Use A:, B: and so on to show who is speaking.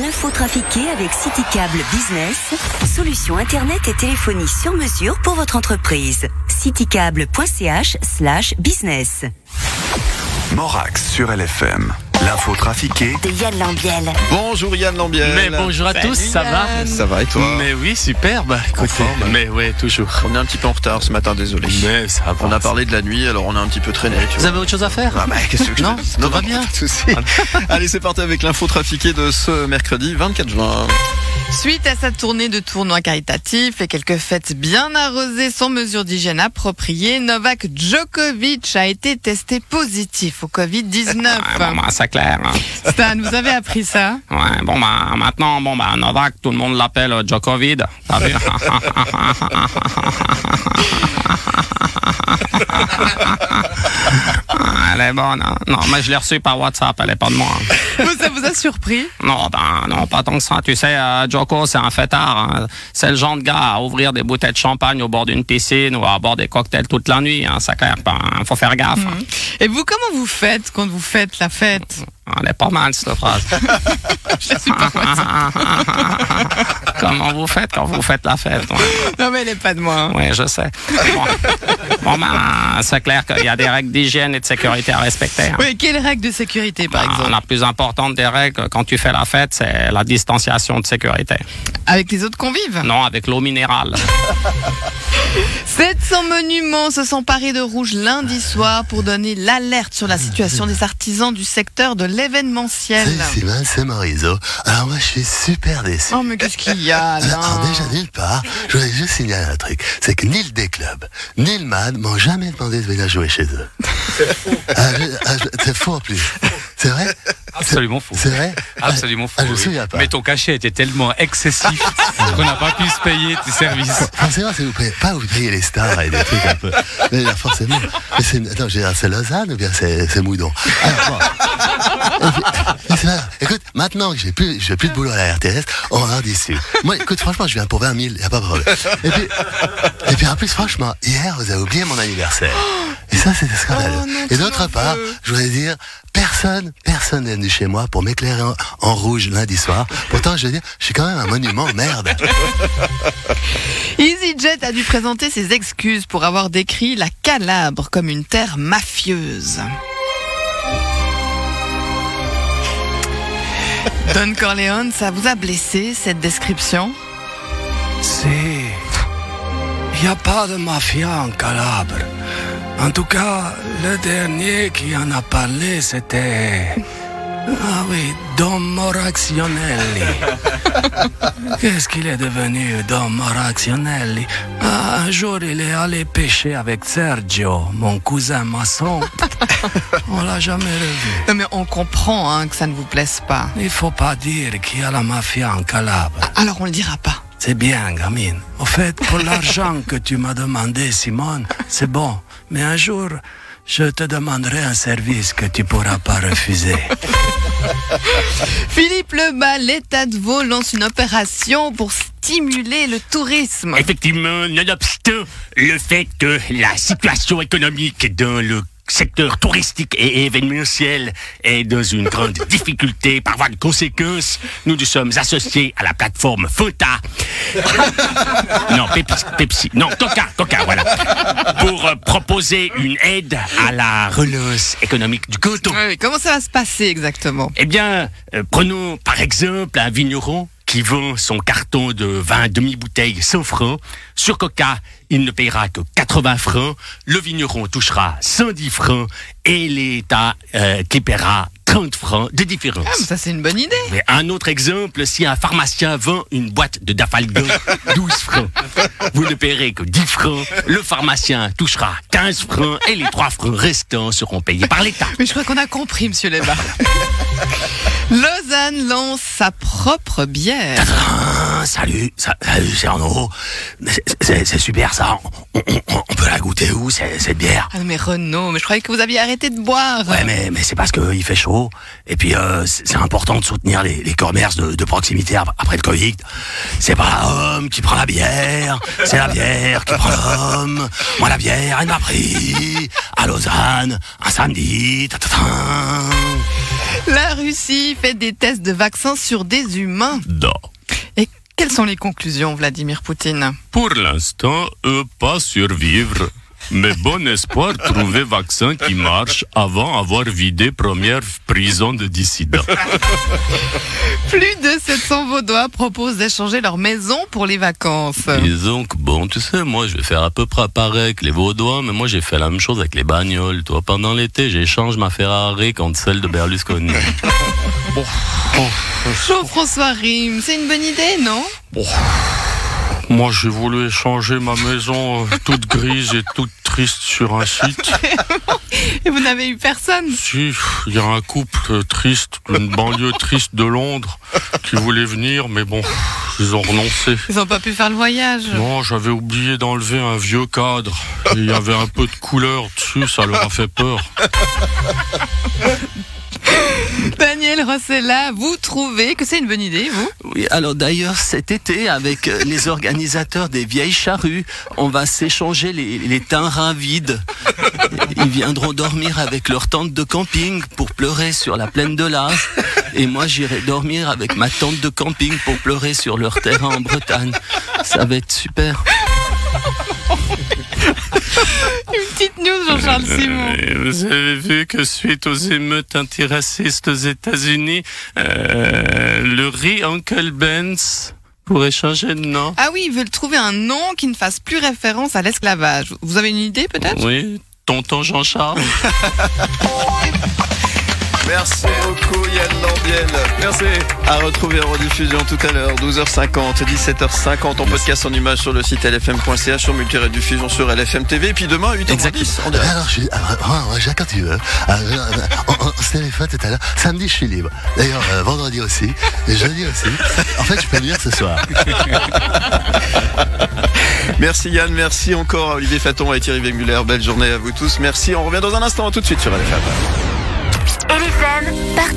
A: L'info trafiquée avec CityCable Business, solution internet et téléphonie sur mesure pour votre entreprise. citycable.ch slash business.
B: Morax sur LFM. L'info trafiquée
A: De Yann Lambiel.
B: Bonjour Yann Lambiel.
C: Mais bonjour à tous, ça va
B: Ça va et toi
C: Mais oui, super, bah écoutez,
D: euh,
B: forme.
C: mais ouais, toujours.
B: On est un petit peu en retard ce matin, désolé.
C: Mais ça va.
B: On a parlé de la nuit, alors on a un petit peu traîné. Tu
C: Vous
B: vois.
C: avez autre chose à faire
B: Ah bah, qu'est-ce que je
C: Non,
B: te dis
C: tout va bien.
B: pas de souci. Allez, c'est parti avec l'info trafiquée de ce mercredi 24 juin.
E: Suite à sa tournée de tournois caritatifs et quelques fêtes bien arrosées sans mesure d'hygiène appropriée, Novak Djokovic a été testé positif au
F: Ouais, bon,
E: Covid-19.
F: bah, c'est clair. hein.
E: Stan, vous avez appris ça
F: Ouais, bon, bah, maintenant, bon, bah, Novak, tout le monde l'appelle euh, Djokovic. T'as vu Ah, Elle est bonne. hein. Non, mais je l'ai reçue par WhatsApp, elle est pas de moi. hein.
E: Vous, Ça vous a surpris
F: Non, ben, non, pas tant que ça. Tu sais, euh, Djoko, c'est un fêtard. hein. C'est le genre de gars à ouvrir des bouteilles de champagne au bord d'une piscine ou à boire des cocktails toute la nuit. Hein. C'est clair, ben, faut faire gaffe. hein.
E: Et vous, comment vous faites quand vous faites la fête
F: Elle est pas mal, cette phrase.
E: Je sais pas quoi.
F: Comment vous faites quand vous faites la fête ouais.
E: Non mais elle est pas de moi. hein.
F: Oui, je sais. Bon, Bon, ben, c'est clair qu'il y a des règles d'hygiène et de sécurité à respecter. hein.
E: Oui, quelle règle de sécurité par
F: Ben,
E: exemple
F: la plus importante des règles quand tu fais la fête, c'est la distanciation de sécurité.
E: Avec les autres convives
F: Non, avec l'eau minérale.
E: 700 monuments se sont parés de rouge lundi soir pour donner l'alerte sur la situation des artisans du secteur de l'événementiel.
D: Salut, c'est Vincent Marisot. Alors moi, je suis super déçu.
E: Oh, mais qu'est-ce qu'il y a
C: Ah.
E: là
D: Alors déjà nulle part, je voulais juste signaler un truc, c'est que ni le D-Club, ni le MAD m'ont jamais demandé de venir jouer chez eux. Ah, je- ah, je- C'est faux en plus. C'est vrai
G: Absolument faux.
D: C'est vrai
G: Absolument faux.
D: Ah, je me
G: oui.
D: souviens pas.
G: Mais ton cachet était tellement excessif qu'on n'a pas pu se payer tes services.
D: Forcément, c'est vous payez pas, vous payez les stars et des trucs un peu. Mais là, forcément. Mais c'est, attends, je veux dire, c'est Lausanne ou bien c'est, c'est Moudon Alors, bon. Et puis- et c'est pas- Écoute, maintenant que j'ai plus, j'ai plus de boulot à la RTS, on va d'ici. Moi, écoute, franchement, je viens pour 20 000, y a pas de problème. Et puis, et puis en plus, franchement, hier, vous avez oublié mon anniversaire. Et ça, c'était scandaleux.
E: Oh non,
D: et
E: tu
D: d'autre
E: m'en
D: part,
E: veux.
D: je voulais dire, personne, personne n'est venu chez moi pour m'éclairer en, en rouge lundi soir. Pourtant, je veux dire, je suis quand même un monument, merde.
E: EasyJet a dû présenter ses excuses pour avoir décrit la Calabre comme une terre mafieuse. Don Corleone, ça vous a blessé cette description
H: Si. Il n'y a pas de mafia en Calabre. En tout cas, le dernier qui en a parlé, c'était. Ah oui, Don Moraccionelli. Qu'est-ce qu'il est devenu, Don Moraccionelli Ah, Un jour, il est allé pêcher avec Sergio, mon cousin maçon. On l'a jamais revu.
E: Non mais on comprend hein, que ça ne vous plaise pas.
H: Il faut pas dire qu'il y a la mafia en Calabre.
E: Alors on le dira pas.
H: C'est bien, gamine. Au fait, pour l'argent que tu m'as demandé, Simone, c'est bon. Mais un jour, je te demanderai un service que tu pourras pas refuser.
E: Philippe Lebas, l'État de Vaud lance une opération pour stimuler le tourisme.
I: Effectivement, nonobstant le fait que la situation économique dans le secteur touristique et événementiel est dans une grande difficulté par voie de conséquence, nous nous sommes associés à la plateforme FOTA. non, Pepsi, Pepsi- non, Coca, Coca, voilà. Pour euh, proposer une aide à la relance économique du canton.
E: Oui, oui, comment ça va se passer exactement
I: Eh bien, euh, prenons par exemple un vigneron qui vend son carton de vin demi-bouteille 100 francs. Sur Coca, il ne payera que 80 francs. Le vigneron touchera 110 francs et l'État euh, qui paiera 30 francs de
E: Ah, mais
I: différence.
E: Ça c'est une bonne idée.
I: Mais un autre exemple, si un pharmacien vend une boîte de Dafalgan 12 francs, vous ne paierez que 10 francs, le pharmacien touchera 15 francs et les 3 francs restants seront payés par l'État.
E: Mais je crois qu'on a compris, monsieur Lebas. Lausanne lance sa propre bière.
I: Ah, salut, sa- salut, c'est Arnaud. Mais c'est- C'est c'est super ça. On, on- on- on peut la goûter où c'est- cette bière
E: Ah non, mais Renaud, mais je croyais que vous aviez arrêté de boire.
I: Ouais, mais, mais c'est parce qu'il fait chaud. Et puis, euh, c'est c'est important de soutenir les, les commerces de, de proximité ap- après le Covid. C'est pas l'homme qui prend la bière, c'est la bière qui prend l'homme. Moi, la bière, elle m'a pris à Lausanne un samedi. ta, ta, ta.
E: La Russie fait des tests de vaccins sur des humains.
I: Non.
E: Et quelles sont les conclusions, Vladimir Poutine
I: Pour l'instant, euh, pas survivre. Mais bon espoir, trouver vaccin qui marche avant avoir vidé première prison de dissidents.
E: Plus de 700 Vaudois proposent d'échanger leur maison pour les vacances.
I: Et donc, bon, tu sais, moi, je vais faire à peu près pareil que les Vaudois, mais moi, j'ai fait la même chose avec les bagnoles. Toi, pendant l'été, j'échange ma Ferrari contre celle de Berlusconi.
E: Jean-François Rime, c'est une bonne idée, non
I: moi, j'ai voulu échanger ma maison euh, toute grise et toute triste sur un site.
E: Et vous n'avez eu personne
I: Si, il y a un couple euh, triste d'une banlieue triste de Londres qui voulait venir, mais bon, ils ont renoncé.
E: Ils n'ont pas pu faire le voyage.
I: Non, j'avais oublié d'enlever un vieux cadre. Et Il y avait un peu de couleur dessus, ça leur a fait peur.
E: Daniel Rossella, vous trouvez que c'est une bonne idée, vous
H: Oui, alors d'ailleurs, cet été, avec euh, les organisateurs des vieilles charrues, on va s'échanger les, les terrains vides. Ils viendront dormir avec leur tente de camping pour pleurer sur la plaine de Lars. Et moi, j'irai dormir avec ma tente de camping pour pleurer sur leur terrain en Bretagne. Ça va être super.
E: Une petite news, Jean-Charles
I: Euh,
E: Simon.
I: Vous avez vu que suite aux émeutes antiracistes aux États-Unis, euh, le riz Uncle Ben's pourrait changer de nom.
E: Ah oui, ils veulent trouver un nom qui ne fasse plus référence à l'esclavage. Vous avez une idée peut-être
I: Oui, tonton Jean-Charles.
B: Merci beaucoup Yann Lambiel. Merci. À retrouver en rediffusion tout à l'heure, 12h50, 17h50, en podcast en image sur le site lfm.ch, sur multirédiffusion sur LFM TV, et puis demain à 8h10 en direct.
D: Alors, je suis. ah, ouais, ouais, Jacques, quand tu veux. Ah, je- on, on- on se téléphone tout à l'heure. Samedi, je suis libre. D'ailleurs, euh, vendredi aussi. Et jeudi aussi. En fait, je peux lire ce soir.
B: Merci Yann, merci encore à Olivier Faton et Thierry Vémuller. Belle journée à vous tous. Merci. On revient dans un instant, à tout de suite sur LFM.
J: LFM, partout